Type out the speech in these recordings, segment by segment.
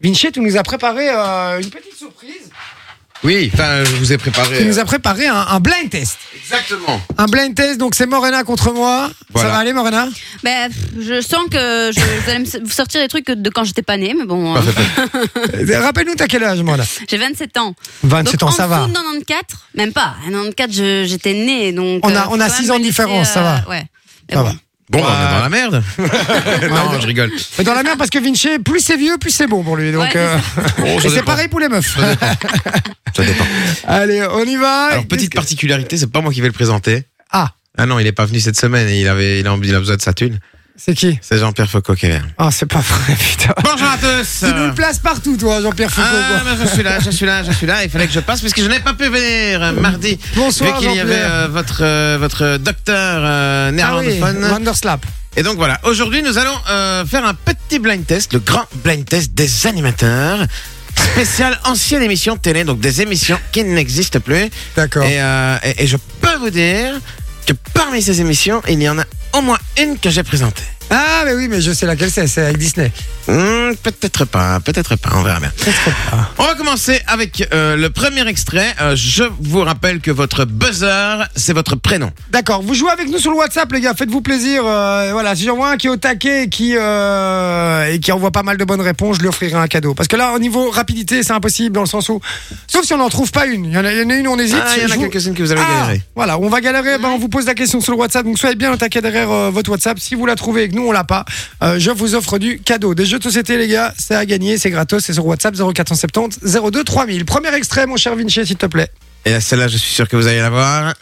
Vinci, tu nous as préparé euh, une petite surprise. Oui, enfin, je vous ai préparé. Tu nous euh, as préparé un, un blind test. Exactement. Un blind test, donc c'est Morena contre moi. Voilà. Ça va aller, Morena Ben, pff, je sens que je, vous allez me s- vous sortir des trucs de quand j'étais pas née, mais bon, euh, Euh, Rappelle-nous, t'as quel âge, Morena j'ai 27 ans. 27 Donc, ans, ça en va. dessous de 94, même pas. À 94, je- j'étais née, donc. On a- euh, on a faut six ans quand même de me différence, laisser, ça va. Ouais. Mais Ça bon. va. Bon, bah, on est Ouais. dans la merde. non, je rigole. Mais dans la merde, parce que Vinci, plus c'est vieux, plus c'est bon pour lui. Donc, Ouais, c'est euh, Bon, Oh, ça et c'est dépend. pareil pour les meufs. Ça dépend. Ça dépend. Allez, on y va. Alors, petite particularité, c'est pas moi qui vais le présenter. Ah, Ah non, il est pas venu cette semaine et il, avait, il, a, il a besoin de sa thune. c'est qui C'est Jean-Pierre Foucault-Keller. Ah, c'est pas vrai, putain. Bonjour à tous. Tu nous le places partout, toi, Jean-Pierre Foucault. Ah, quoi. mais je suis là, je suis là, je suis là. Il fallait que je passe parce que je n'ai pas pu venir euh, mardi. Bonsoir, vu qu'il y Jean-Pierre. avait euh, votre, euh, votre docteur euh, Ah oui, néerlandophone. Wanderslap. Et donc voilà, aujourd'hui nous allons euh, faire un petit blind test, le grand blind test des animateurs. Spécial ancienne émission de télé, donc des émissions qui n'existent plus. D'accord. Et, euh, et- et je peux vous dire que parmi ces émissions, il y en a au moins une que j'ai présentée. Ah, mais oui, mais je sais laquelle c'est, c'est avec Disney. Hmm, peut-être pas, peut-être pas, on verra bien. On va commencer avec euh, le premier extrait. Euh, je vous rappelle que votre buzzer, c'est votre prénom. D'accord, vous jouez avec nous sur le WhatsApp, les gars, faites-vous plaisir. Euh, voilà, si j'en vois un qui est au taquet et qui, euh, et qui envoie pas mal de bonnes réponses, je lui offrirai un cadeau. Parce que là, au niveau rapidité, c'est impossible dans le sens où. Sauf si on n'en trouve pas une. Il y en a, il y en a une, on hésite. Ah, il y en a Je vous- quelques-unes que vous avez Ah, galéré. Voilà, on va galérer. Ben, on vous pose la question sur le WhatsApp. Donc soyez bien au taquet derrière euh, votre WhatsApp. Si vous la trouvez et que nous, on l'a pas, euh, je vous offre du cadeau. Des jeux de société, les gars, c'est à gagner, c'est gratos, c'est sur WhatsApp 0470 02 3000. Premier extrait, mon cher Vinci, s'il te plaît. Et là, celle-là, je suis sûr que vous allez la voir.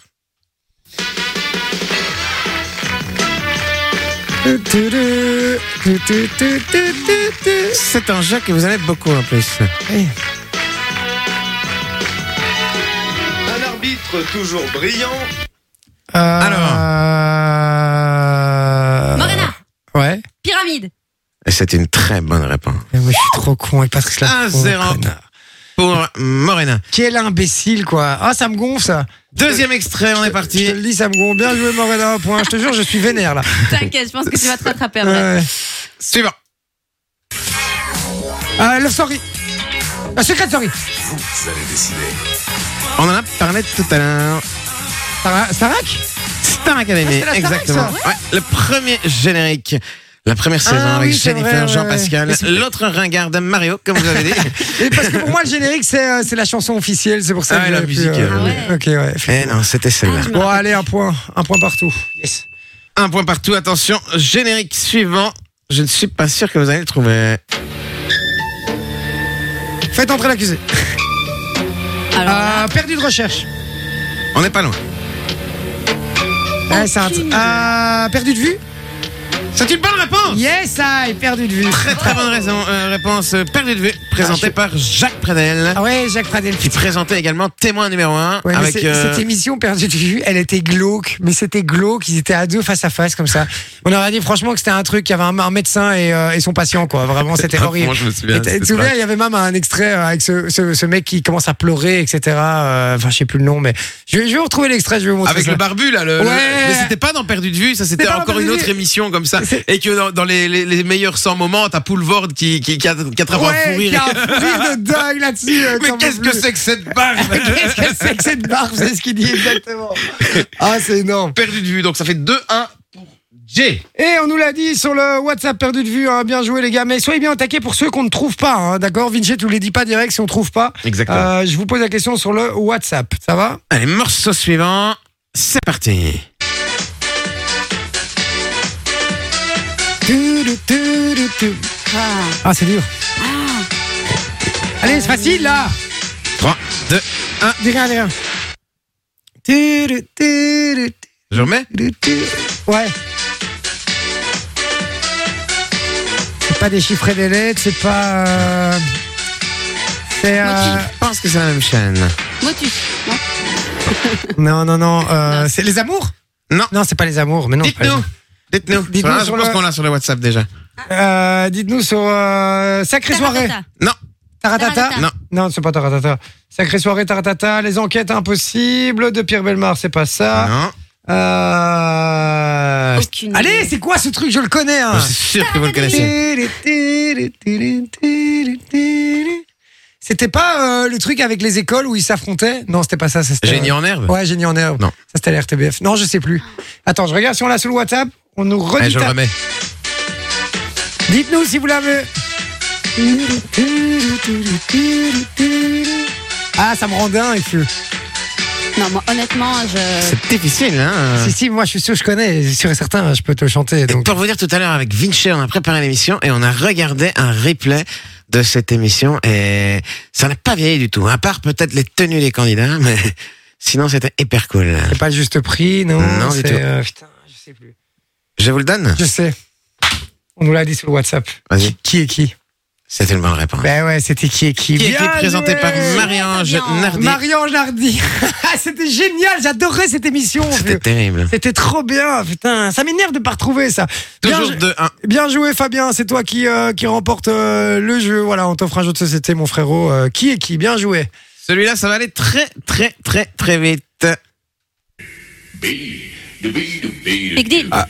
C'est un jeu que vous allez beaucoup en plus. Un arbitre toujours brillant. Alors. Morena, Ouais. pyramide. Et c'est une très bonne réponse. Mais moi, je suis trop con avec Patrick Lafont, 1-0. connard. Pour Morena. Quel imbécile, quoi. Ah, ça me gonfle, ça. Deuxième extrait, on est Je te parti. le dis, ça me gonfle. Bien joué, Morena. Point. Je te jure, je suis vénère, là. T'inquiète, je pense que tu vas te rattraper après. Ouais. Suivant. Euh, Love Story. Euh, Secret Story. On en a parlé tout à l'heure. Stara- Starak Star Academy, Ah, c'est la Starac, exactement. ça, Ouais, le premier générique. La première saison Ah avec oui, c'est vrai, Jennifer, ouais, Jean-Pascal, ouais. Mais c'est- l'autre ringard de Mario, comme vous avez dit. Et parce que pour moi, le générique, c'est euh, c'est la chanson officielle. C'est pour ça Ah, que la j'avais pu, musique, euh, Ah ouais. Ok, ouais. Eh non, c'était celle-là. Bon, allez, un point. Un point partout. Yes. Ah, Un point partout, attention, générique suivant. Je ne suis pas sûr que vous allez le trouver. Faites entrer l'accusé. Alors, là, Euh, perdu de recherche. On n'est pas loin. Ouais, c'est un tr- Euh, perdu de vue C'est une bonne réponse Yes, I, perdu de vue. Très très bonne raison, euh, réponse euh, perdue de vue, présentée Ah, je- par Jacques Pradel, Ah ouais, Jacques Pradel. qui présentait également témoin numéro 1 Ouais, mais avec... c'est- euh, Cette émission perdue de vue, elle était glauque, mais c'était glauque. Ils étaient à deux face à face comme ça. On aurait dit franchement que c'était un truc. Il y avait un, un médecin et, euh, et son patient quoi. Vraiment, c'était horrible. Moi, je me souviens, Et t- tu c'était te souviens, pas- il y avait même un extrait euh, avec ce, ce, ce mec qui commence à pleurer, etc. Euh, Enfin, je sais plus le nom, mais je vais, je vais retrouver l'extrait. Je vais vous montrer. Avec ça. le barbu là, le, le- Ouais. mais c'était pas dans Perdu de vue, ça c'était pas dans encore Perdu une de autre vue. émission comme ça. Et que dans, dans les, les, les meilleurs 100 moments, t'as Poulvord qui, qui, qui, a- qui attrape un Ouais, fou il y a rire. un fou rire de dingue là-dessus. euh, Mais t'en qu'est-ce peux que plus. c'est que cette barbe Qu'est-ce que c'est que cette barbe C'est ce qu'il dit exactement. Ah, c'est énorme. Perdu de vue, donc ça fait 2-1 pour J. Et on nous l'a dit sur le WhatsApp perdu de vue. hein, bien joué, les gars. Mais soyez bien au taquet pour ceux qu'on ne trouve pas. hein, D'accord Vinci, tu ne les dis pas direct si on ne trouve pas. Exactement. Euh, je vous pose la question sur le WhatsApp. Ça va Allez, morceau suivant, c'est parti. Tu, tu, tu, tu, tu. ah, Ah, c'est dur. Allez, c'est facile là. 3, 2, 1, Dis rien, dis rien. Tu, tu, tu, je remets. tu, tu, tu. Ouais. C'est pas déchiffrer des lettres, c'est pas. euh, C'est. euh, Je pense que c'est la même chaîne. motus. Non, Non. non, non. euh, c'est les amours Non. Non, c'est pas les amours, mais non. c'est pas les Dites-nous. amours. Dites-nous. Dites-nous Voilà, je sur pense le- qu'on l'a sur le WhatsApp déjà. Euh, Dites-nous sur euh, Sacrée Soirée. Taratata. Non, Taratata Taratata. Non. Non, c'est pas Taratata. Sacrée Soirée, Taratata. Les enquêtes impossibles de Pierre Belmar, c'est pas ça. non. Euh... Aucune Allez, idée. c'est quoi ce truc Je le connais. hein. Bah, C'est sûr que vous le connaissez. C'était pas euh, le truc avec les écoles où ils s'affrontaient Non, c'était pas ça. ça c'était- Génie en herbe Euh, Ouais, génie en herbe. Non. Ça, c'était la RTBF. Non, je sais plus. Attends, je regarde si on l'a sur le WhatsApp. On nous redit. Allez, Eh, Je le ta- remets. Dites-nous si vous l'avez. Ah, ça me rend dingue, feu. Non, moi, honnêtement, je. C'est difficile, hein Si, si, moi, je suis sûr, je connais. Je suis sûr et certain, hein, je peux te le chanter. Et Donc. pour vous dire tout à l'heure, avec Vinci, on a préparé l'émission et on a regardé un replay de cette émission et ça n'a pas vieilli du tout. hein. À part peut-être les tenues des candidats, mais sinon c'était hyper cool. C'est pas le juste prix, non Non, du c'est, tout. euh, putain, je sais plus. Je vous le donne Je sais. On nous l'a dit sur le WhatsApp. Vas-y. Qui est qui C'était une bonne réponse. Ben ouais, c'était qui est qui Qui était Bien présenté joué par Marie-Ange Fabien. Nardi. Marie-Ange Nardi. c'était génial, j'adorais cette émission. C'était vieux. terrible. C'était trop bien, putain. Ça m'énerve de pas retrouver ça. Bien Toujours jou- 2-1. Bien joué Fabien, c'est toi qui, euh, qui remporte euh, le jeu. Voilà, on t'offre un jeu de société mon frérot. Euh, qui est qui Bien joué. Celui-là, ça va aller très, très, très, très vite. Big deal. Ah,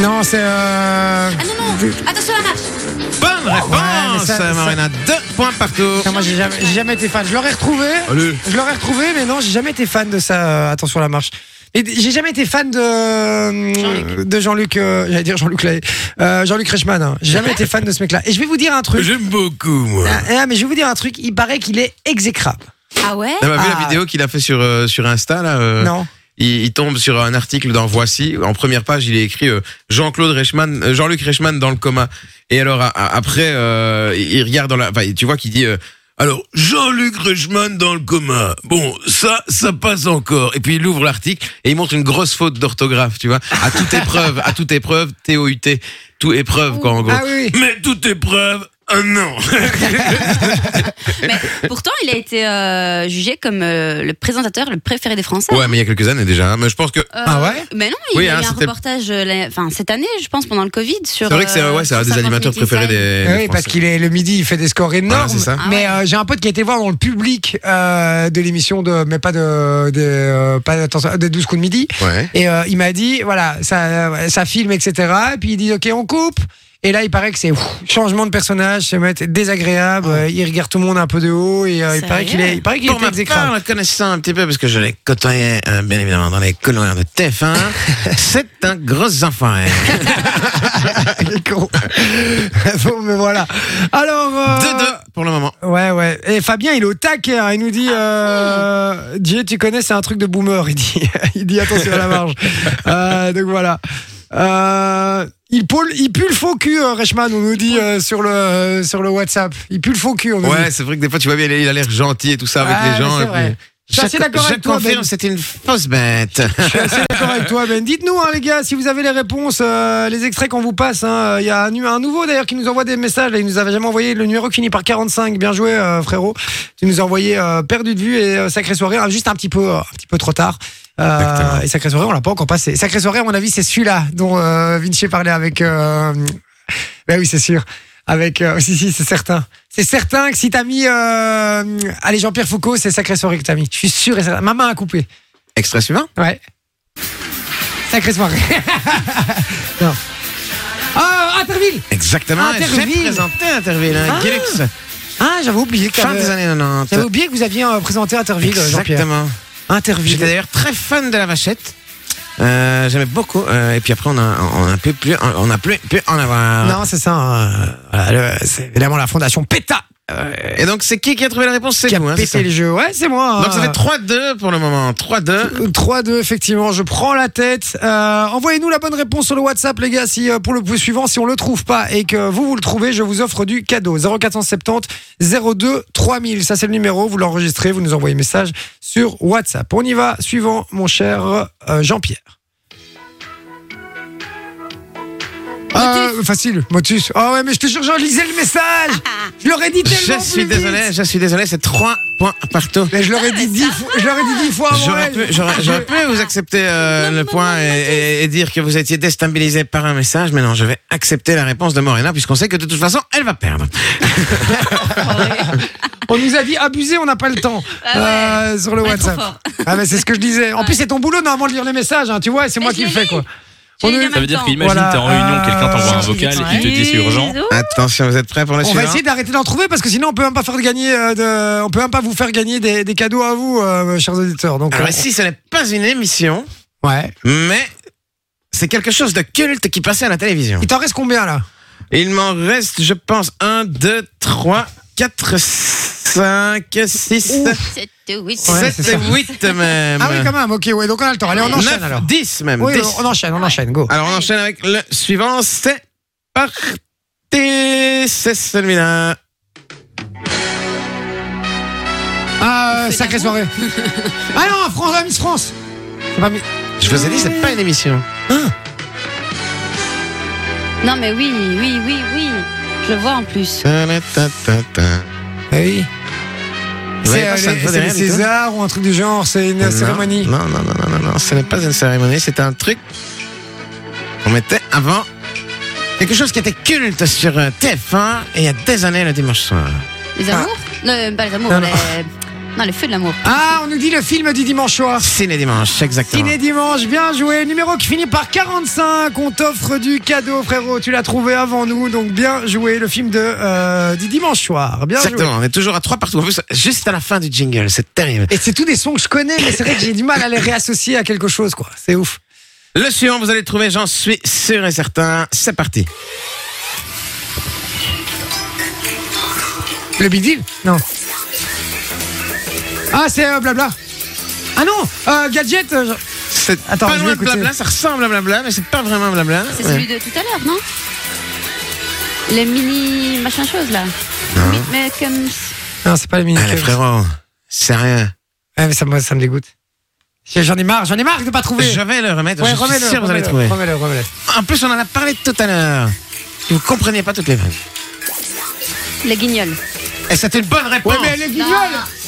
Non, c'est... Euh... non, non, attention à la marche. Bonne réponse, mais ça- Marina. Deux points partout. Non, moi j'ai jamais, j'ai jamais été fan. Je l'aurais retrouvé. Allez. Je l'aurais retrouvé, mais non, j'ai jamais été fan de ça. euh, attention à la marche. Et d- j'ai jamais été fan de euh, de Jean-Luc. euh, J'allais dire Jean-Luc Lahaye. euh, Jean-Luc Reichmann. hein. J'ai jamais été fan de ce mec-là. Et je vais vous dire un truc. J'aime beaucoup, moi. Ah, ah, mais je vais vous dire un truc. Il paraît qu'il est exécrable. Ah ouais T'as pas vu Ah. la vidéo qu'il a fait sur, euh, sur Insta, là euh, Non. Il, il tombe sur un article dans Voici. En première page, il est écrit euh, Jean-Claude Reichmann, euh, Jean-Luc Reichmann dans le coma. Et alors a- a- après, euh, il il regarde dans la. Enfin, tu vois qu'il dit. euh, alors, Jean-Luc Reichmann dans le coma. Bon, ça, ça passe encore. Et puis, il ouvre l'article et il montre une grosse faute d'orthographe, tu vois. À toute épreuve, à toute épreuve, T-O-U-T. Tout épreuve, quoi, en gros. Ah oui. oui. Mais toute épreuve, un an. Mais pourtant, il a été euh, jugé comme euh, le présentateur le préféré des Français. ouais, mais il y a quelques années déjà. hein. Mais je pense que Euh, Ah ouais Mais non, il Oui, y hein, a eu un c'était- reportage euh, la- enfin, cette année, je pense, pendant le Covid. euh, C'est vrai que c'est ouais, c'est un des animateurs préférés des. Ah des oui, parce Français. qu'il est le midi, il fait des scores énormes. Voilà, c'est ça. Mais Ah euh, j'ai un pote qui a été voir dans le public euh, de l'émission de, mais pas de, de euh, pas attention, de 12 coups de midi. Ouais. Et euh, il m'a dit, voilà, ça, euh, ça filme, etc. Et puis il dit, ok, on coupe. Et là, il paraît que c'est ouf, changement de personnage, c'est mettre désagréable. euh, il regarde tout le monde un peu de haut et euh, il Sérieux paraît qu'il est, il paraît qu'il Pour est ma part, exécrable. le connaissant un petit peu, parce que je l'ai côtoyé, euh, bien évidemment, dans les couloirs de TF1, c'est un gros enfant. hein. Il est con. bon, mais voilà. Alors. euh, 2-2 pour le moment. Ouais, ouais. Et Fabien, il est au taquet. hein. Il nous dit euh, Jay, tu connais, c'est un truc de boomer. Il dit, il dit attention à la marge. Euh, donc voilà. Euh, il, poule- il pue le faux cul, euh, Reichmann, on nous dit euh, sur, le, euh, sur le WhatsApp. Il pue le faux cul, on nous Ouais, dit. c'est vrai que des fois, tu vois bien, il a l'air gentil et tout ça avec Ah, les mais gens. c'est et puis- vrai. Je suis assez d'accord je avec toi, confirme, Ben. c'était une fausse bête. Je suis assez d'accord avec toi, Ben. Dites-nous, hein, les gars, si vous avez les réponses, euh, les extraits qu'on vous passe. hein. Il y a un, nu- un nouveau, d'ailleurs, qui nous envoie des messages. là. il nous avait jamais envoyé le numéro qui finit par 45. Bien joué, euh, frérot. Tu nous as envoyé euh, perdu de vue et euh, sacrée soirée. Ah, juste un petit peu, euh, un petit peu trop tard. Euh, Exactement. et sacrée soirée, on l'a pas encore passé. Sacrée soirée, à mon avis, c'est celui-là dont euh, Vinci parlait avec. euh, ben oui, c'est sûr. Avec, euh, si, si, c'est certain. C'est certain que si t'as mis, euh, allez, Jean-Pierre Foucault, c'est sacrée soirée que t'as mis. Je suis sûr et certain. Ma main a coupé. Extrait suivant. Ouais. Sacrée soirée. non. Ah, Interville Exactement. Interville. J'ai présenté Interville, hein, Ah. Gilux. Ah, j'avais oublié que Fin t'avais- des années J'avais 90. oublié que vous aviez euh, présenté Interville, euh, Jean-Pierre. Exactement. J'étais Interville. d'ailleurs très fan de la vachette. Euh, J'aimais beaucoup. euh, et puis après, on a, on a plus, plus, on a plus, plus en avoir. Non, c'est ça. hein. Voilà, le- c'est évidemment la fondation PETA Euh, et donc, c'est qui qui a trouvé la réponse C'est qui a nous. hein, c'est ça. pété le jeu. Ouais, c'est moi. Donc, ça hein. fait 3-2 pour le moment. 3-2. 3-2, effectivement, je prends la tête. Euh, Envoyez-nous la bonne réponse sur le WhatsApp, les gars, si euh, pour le plus suivant, si on le trouve pas et que vous, vous le trouvez, je vous offre du cadeau. 0470 02 3000. Ça, c'est le numéro. Vous l'enregistrez, vous nous envoyez message sur WhatsApp. On y va. Suivant, mon cher euh, Jean-Pierre. Ah, facile, Motus. Ah ouais, mais je te jure, je lisais le message. Je l'aurais dit tellement Je suis plus vite. désolé, je suis désolé, c'est 3 points partout. Mais je l'aurais dit dix fois. Je l'aurais dit dix fois. avant J'aurais elle. pu, j'aurais- j'aurais pu vous accepter euh, Non, le non, point non, et, et- et dire que vous étiez déstabilisé par un message, mais non, je vais accepter la réponse de Morena puisqu'on sait que de toute façon, elle va perdre. On nous a dit abusé, on n'a pas le temps Ah ouais. euh, sur le Ouais, trop WhatsApp. fort. Ah mais c'est ce que je disais. En plus c'est ton boulot normalement de lire les messages, hein, tu vois, et c'est Mais moi je qui les le fais lis. quoi. Je On l'ai est- dit Ça en Oh, Ça même veut dire temps. qu'imagine, Voilà. t'es en réunion, quelqu'un t'envoie Ah, un Euh, vocal, il te dit c'est urgent. Bisous. Attention, vous êtes prêts pour la On suivante va essayer d'arrêter d'en trouver parce que sinon on peut même pas faire gagner, euh, de... on peut même pas vous faire gagner des, des cadeaux à vous, euh, chers auditeurs. Ah Donc Alors on- ici, ce n'est pas une émission, ouais. mais c'est quelque chose de culte qui passait à la télévision. Il t'en reste combien là Il m'en reste, je pense, 1, 2, 3, 4, 5, 6, Sept, huit, Ouais, c'est ça. 7, 8 même. Ah oui quand même. Ok ouais donc on a le temps. Allez on enchaîne 9, alors. 10 même. Oui 10. on enchaîne on enchaîne go. Alors on enchaîne avec le suivant, c'est parti, c'est celui-là. Ah euh, On fait sacrée la soirée. ah non France ah, Miss France. C'est pas Miss- Je vous ai dit, c'est pas une émission. Non, mais oui, oui, oui, oui. Je le vois en plus. Ta-da-ta-ta-ta. Ah oui. Vous voyez C'est pas, euh, ça les, ne vous dit c'est rien les du tout Césars ou un truc du genre. C'est une Non, cérémonie. Non, non, non, non, non, non, ce n'est pas une cérémonie, c'est un truc qu'on mettait avant. Quelque chose qui était culte sur euh, TF1 et il y a des années le dimanche soir. Les Ah. amours Non, euh, pas les amours. Non, Non, non. les... non les feux de l'amour. Ah on nous dit le film du dimanche soir. Ciné dimanche, exactement. Ciné dimanche, bien joué. Numéro qui finit par 45. On t'offre du cadeau, frérot. Tu l'as trouvé avant nous, donc bien joué. Le film de euh, du dimanche soir. Bien joué. Exactement, on est toujours à trois partout. En plus, juste à la fin du jingle, c'est terrible. Et c'est tous des sons que je connais, mais c'est vrai que j'ai du mal à les réassocier à quelque chose, quoi. C'est ouf. Le suivant, vous allez le trouver, j'en suis sûr et certain. C'est parti. Le Big Deal Non. Ah, c'est euh, blabla. Ah non, euh, gadget. euh, je- C'est Attends, pas je vais loin de écouter. blabla, ça ressemble à blabla, mais c'est pas vraiment blabla. C'est Ouais. celui de tout à l'heure, non Les mini machin choses là. Mi- Mais comme. Non, c'est pas les mini. Allez, frérot, c'est rien. Ouais, Ah, mais ça, me- ça me dégoûte. J'en ai marre, j'en ai marre de pas trouver. Je vais le remettre, Ouais, je suis remets-le, sûr que vous allez remets-le, trouver. remets-le, remets-le. En plus, on en a parlé tout à l'heure. Vous compreniez pas toutes les vannes. Les guignols. Et c'était une bonne réponse. Ouais, mais elle est guignole Non.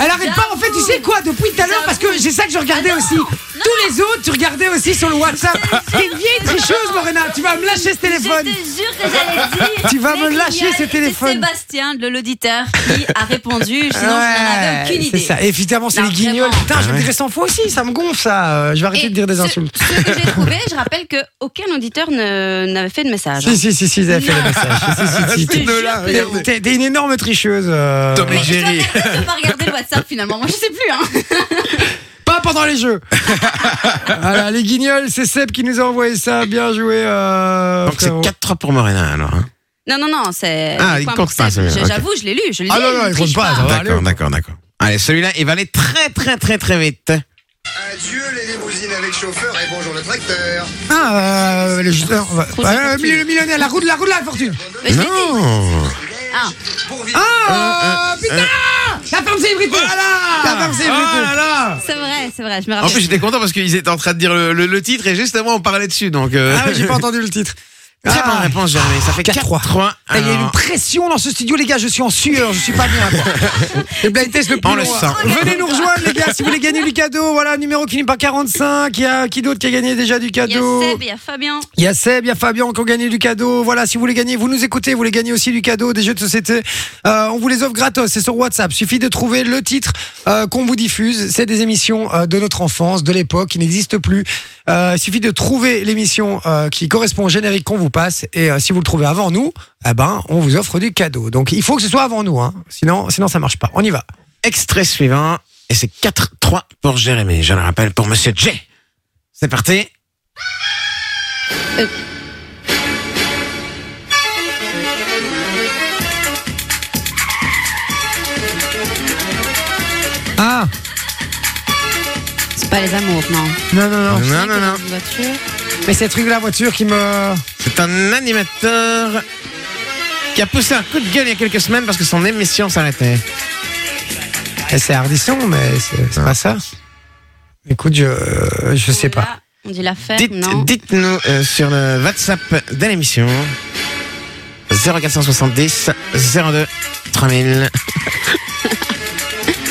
Elle arrête pas En fait, tu sais quoi Depuis tout à l'heure, parce que c'est ça que je regardais aussi. Tous les autres, tu regardais aussi sur le WhatsApp. C'est une vieille tricheuse, Morena. Tu vas me lâcher ce téléphone. Je te jure que j'allais dire. Tu vas les me lâcher guignols, ces et téléphones. C'est Sébastien, le- l'auditeur, qui a répondu. Sinon, je n'en Ouais, avais aucune c'est idée. ça. Évidemment, c'est Non, les guignols. vraiment. Putain, je vais Ah me ouais. dirais 100 fois aussi. Ça me gonfle, ça. Euh, Je vais arrêter Et de dire des ce- insultes. Ce, que j'ai trouvé, je rappelle que aucun auditeur ne- n'avait fait de message. hein. Si, si, si, si, ils avaient fait le message. Si, si, si, Ces si. deux-là, Ah, Je te jure que regardez. T'es t'es une énorme tricheuse. euh, Tom et Mais je dois Jerry. peut-être ne pas regarder le WhatsApp finalement. Moi, je sais plus. Hein. Pas pendant les jeux. Voilà, les guignols, c'est Seb qui nous a envoyé ça. Bien joué. euh, Donc c'est frérot. 4-3 pour Morena alors. hein. Non, non, non, c'est. Ah, le il point compte pour pas, Seb. celui-là, Je- ok. J'avoue, je l'ai lu. Je l'ai Ah lu, non, non, il triche compte pas, ça va. allez, D'accord, on- d'accord, d'accord. Allez, celui-là, il va aller très, très, très, très vite. Adieu les limousines avec chauffeur et bonjour le tracteur. Ah, euh, le, euh, de euh, fortune. le millionnaire, la roue de la roue de la fortune. Mais je l'ai dit. Non. Ah. Pour Ah, vivre euh, putain La femme célébrité Voilà Oh La femme célébrité C'est vrai, c'est vrai, je me En rappelle. plus, j'étais content parce qu'ils étaient en train de dire le, le- le titre et justement, on parlait dessus. Donc, euh, Ah ouais, j'ai pas entendu le titre. très Ah. bonne réponse, Jérémy. Ça fait 4-3. 4-3. Ah, Il y a Alors, une pression dans ce studio, les gars, je suis en sueur, je suis pas bien. quoi. le blind test le plus On le long. sent. Venez nous rejoindre, les gars, si vous voulez gagner du cadeau. Voilà, numéro qui n'est pas 45. Il y a qui d'autre qui a gagné déjà du il y a cadeau Seb, il y a Fabien. Il y a Seb, il y a Fabien qui ont gagné du cadeau. Voilà, si vous voulez gagner, vous nous écoutez, vous voulez gagner aussi du cadeau, des jeux de société. Euh, on vous les offre gratos, c'est sur WhatsApp. Suffit de trouver le titre euh, qu'on vous diffuse. C'est des émissions euh, de notre enfance, de l'époque, qui n'existent plus. Euh, il suffit de trouver l'émission euh, qui correspond au générique qu'on vous passe. Et euh, si vous le trouvez avant nous, eh ben, on vous offre du cadeau. Donc il faut que ce soit avant nous, hein. sinon, sinon ça marche pas. On y va. extrait suivant. Et c'est 4-3 pour Jérémy. Je le rappelle pour Monsieur J. C'est parti. Ah, C'est pas les amours, non. non, non, non. Non, non, non. Une voiture. Mais c'est le truc de la voiture qui me. C'est un animateur qui a poussé un coup de gueule il y a quelques semaines parce que son émission s'arrêtait. Eh, C'est Ardisson, mais c'est c'est pas ça. Écoute, je, euh, je sais pas. Là, On dit la fête, Dites- non. Dites-nous euh, sur le WhatsApp de l'émission 0470 02 3000.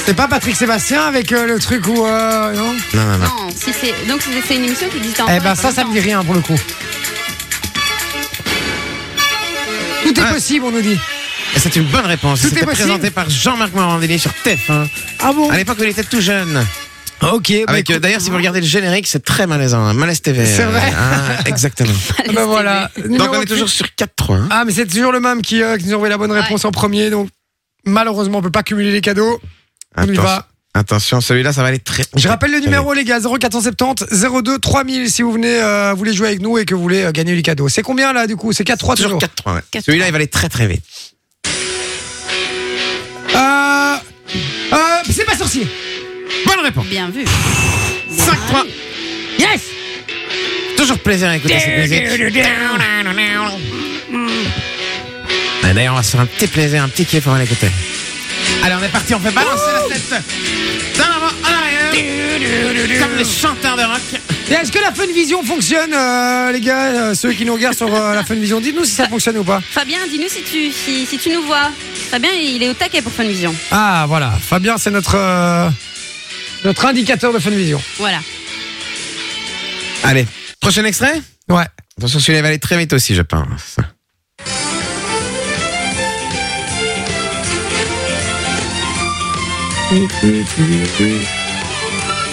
C'est pas Patrick Sébastien avec euh, le truc où. euh, non Non, non, non. Non, si c'est. Donc c'est c'est une émission qui existe encore. Eh ben, ça, ça me dit rien pour le coup. Tout est Ah. possible, on nous dit. Et c'est une bonne réponse. Tout est C'était possible. présenté par Jean-Marc Morandini sur TF1. Ah bon À l'époque où il était tout jeune. Ok. bah, Avec, euh, écoute, D'ailleurs, si vous regardez le générique, c'est très malaisant. hein. Malaise TV. C'est euh, vrai. ah, exactement. ah, bah, voilà. Donc Numéro on est toujours sur 4-3. hein. Ah, mais c'est toujours le même qui, euh, qui nous envoie la bonne réponse en premier. Donc, malheureusement, on peut pas cumuler les cadeaux. On y Attention. va. Attention, celui-là, ça va aller très. Je rappelle le numéro, les gars 0470 02 3000 si vous venez euh, voulez jouer avec nous et que vous voulez euh, gagner les cadeaux. C'est combien là du coup C'est 4-3 Toujours toujours 4-3. ouais. 4-3. Celui-là, il va aller très très vite. Euh, euh, C'est pas sorcier Bonne réponse. Bien vu. 5-3. Yes Toujours plaisir à écouter cette musique. Et Ah, D'ailleurs, on va se faire un petit plaisir, un petit kiff avant l'écouter. Allez, on est parti, on fait balancer la tête. D'un avant en arrière. Comme les chanteurs de rock. Et Est-ce que la Funvision fonctionne euh, les gars euh, Ceux qui nous regardent sur euh, la Funvision, dites-nous si ça fonctionne ou pas. Fabien, dis-nous si tu, si, si tu nous vois. Fabien, il est au taquet pour Funvision. Ah voilà, Fabien c'est notre, euh, notre indicateur de Funvision. Voilà. Allez, prochain extrait Ouais. Attention, celui-là il va aller très vite aussi, je pense.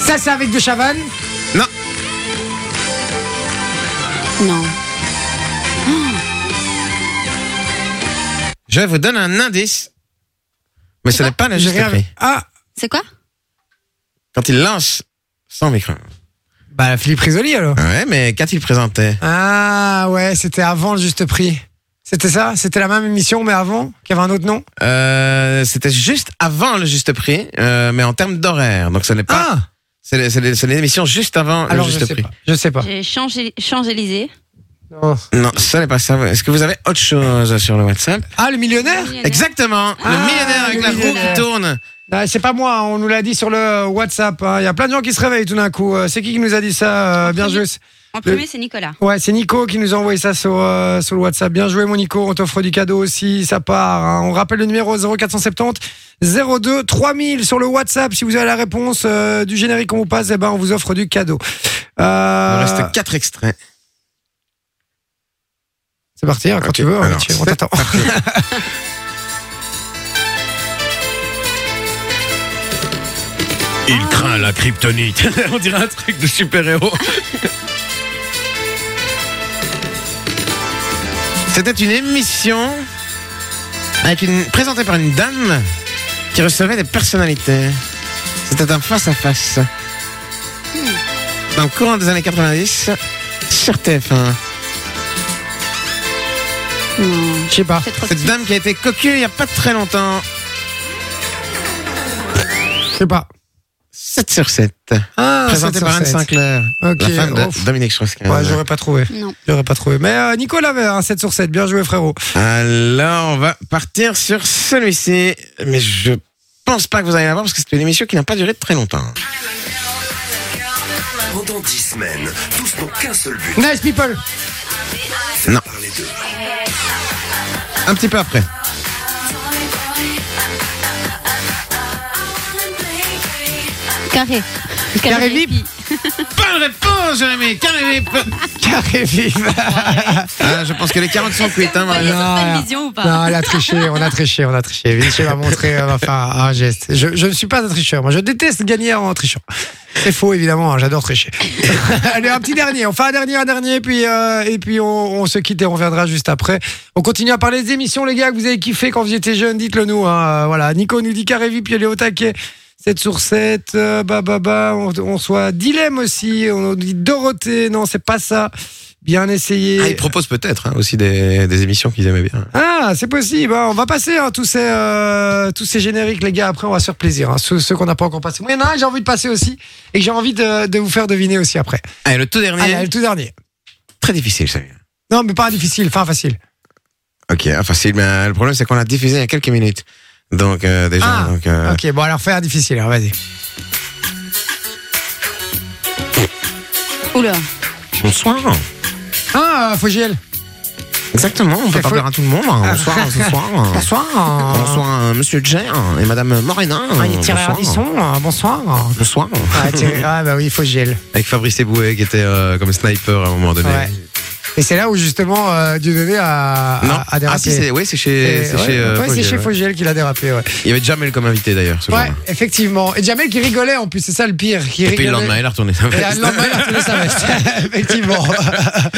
Ça c'est avec De Chavannes. Non, Non. je vous donne un indice. Mais ce n'est pas le J'ai juste rien- prix. Ah C'est quoi Quand il lance sans micro. Bah Philippe Risoli alors. Ouais, mais quand il présentait Ah ouais, c'était avant le juste prix. C'était ça C'était la même émission, mais avant, qui avait un autre nom euh, C'était juste avant le juste prix, euh, mais en termes d'horaire. Donc ce n'est pas. Ah C'est le- c'est le- c'est l'émission juste avant Alors le je juste sais prix. pas. Je sais pas. J'ai changé, changé l'Élysée. Non. Non, ce n'est pas ça. Est-ce que vous avez autre chose sur le WhatsApp Ah, le millionnaire Exactement. le Ah, millionnaire avec le la roue millionnaire. qui tourne. Ah, C'est pas moi, on nous l'a dit sur le WhatsApp. hein. Il y a plein de gens qui se réveillent tout d'un coup. Euh, C'est qui qui nous a dit ça Euh, Bien joué. En premier, c'est Nicolas. Ouais, c'est Nico qui nous a envoyé ça sur, euh, sur le WhatsApp. Bien joué, mon Nico. On t'offre du cadeau aussi, ça part. hein. On rappelle le numéro 0470 02 3000 sur le WhatsApp. Si vous avez la réponse euh, du générique qu'on vous passe, eh ben, on vous offre du cadeau. Il Euh, reste quatre extraits. C'est parti, hein, quand Ok, tu veux, on alors, tu- on t'attend. Il craint la kryptonite. On dirait un truc de super-héros. C'était une émission avec une, présentée par une dame qui recevait des personnalités. C'était un face-à-face. Dans le courant des années 90, sur TF1. Non. Je sais pas. C'est trop Cette dame qui a été cocu il n'y a pas très longtemps. Je sais pas. 7 sur 7. Ah, présentée par Anne 7. Sinclair. Ok. la femme de ouf. Dominique Strauss-Kahn. Ouais, j'aurais pas trouvé. Non. J'aurais pas trouvé. Mais euh, Nico l'avait, un 7 sur 7. Bien joué, frérot. Alors, on va partir sur celui-ci. Mais je pense pas que vous allez l'avoir parce que c'était une émission qui n'a pas duré très longtemps. Pendant 10 semaines, tous n'ont qu'un seul but, Nice people. parler d'eux. Un petit peu après. Carré. Carré VIP. VIP. Bonne réponse, Jérémy. Carré vip. Carré vive. Ah, je pense que les carottes sont cuites. Hein, Vous voyez voilà. sur Non, Fan non. Vision ou Oh Non, pas elle a triché, on a triché, on a triché. Vinci m'a montré, euh, enfin, un geste. Je, je ne suis pas un tricheur. Moi, je déteste gagner en trichant. C'est faux, évidemment. hein, J'adore tricher. Allez, un petit dernier. On fait un dernier, un dernier, puis, euh, et puis on, on se quitte et on reviendra juste après. On continue à parler des émissions, les gars, que vous avez kiffé quand vous étiez jeunes. Dites-le nous. hein. Euh, Voilà. Nico nous dit carré VIP, puis elle est au taquet. 7 sur 7, euh, bah, bah, bah, on, on reçoit Dilemme aussi, on nous dit Dorothée, non, c'est pas ça. Bien essayé. Ah, ils proposent peut-être hein, aussi des, des émissions qu'ils aimaient bien. Ah, c'est possible. hein. On va passer hein, tous, ces, euh, tous ces génériques, les gars. Après, on va se faire plaisir. hein. Ceux, ceux qu'on n'a pas encore passés. Moi, il y en a un que j'ai envie de passer aussi. Et que j'ai envie de, de vous faire deviner aussi après. Allez, Ah, le tout dernier. Allez, le tout dernier. Très difficile, celui-là. Non, mais pas difficile. Enfin, facile. Ok, ah, facile. Mais euh, le problème, c'est qu'on l'a diffusé il y a quelques minutes. Donc, euh, déjà. Ah, donc, euh, Ok, bon, alors faire difficile. alors, Vas-y. Oula. Bonsoir. Ah, euh, Fogiel. Exactement, on C'est peut parler faux. à tout le monde. hein. Bonsoir, bonsoir. Ah. Bonsoir. Bonsoir, euh, monsieur Jer et madame Morena. Ah, il est Thierry Bonsoir. Ardisson. euh, Bonsoir. Bonsoir. Ah, Thierry- ah, bah oui, Fogiel. Avec Fabrice Eboué qui était euh, comme sniper à un moment donné. Ouais. Et c'est là où justement euh, Dieudonné a, Non. a, a ah dérapé. si, c'est ouais, c'est Et- chez, c'est ouais, chez, euh, ouais, c'est Fogiel, chez ouais. Fogiel qu'il a dérapé, ouais. Il y avait Jamel comme invité d'ailleurs. Ce Ouais, jour-là. effectivement. Et Jamel qui rigolait en plus, c'est ça le pire. Qui Et rigolait. puis le lendemain, il a retourné sa Et là, veste. le lendemain, il a retourné sa veste. effectivement. Bon, Ah,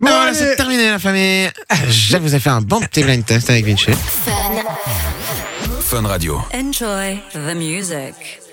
voilà, allez. c'est terminé la famille. Je vous ai fait un bon petit blind test avec Vinci. Enjoy the music.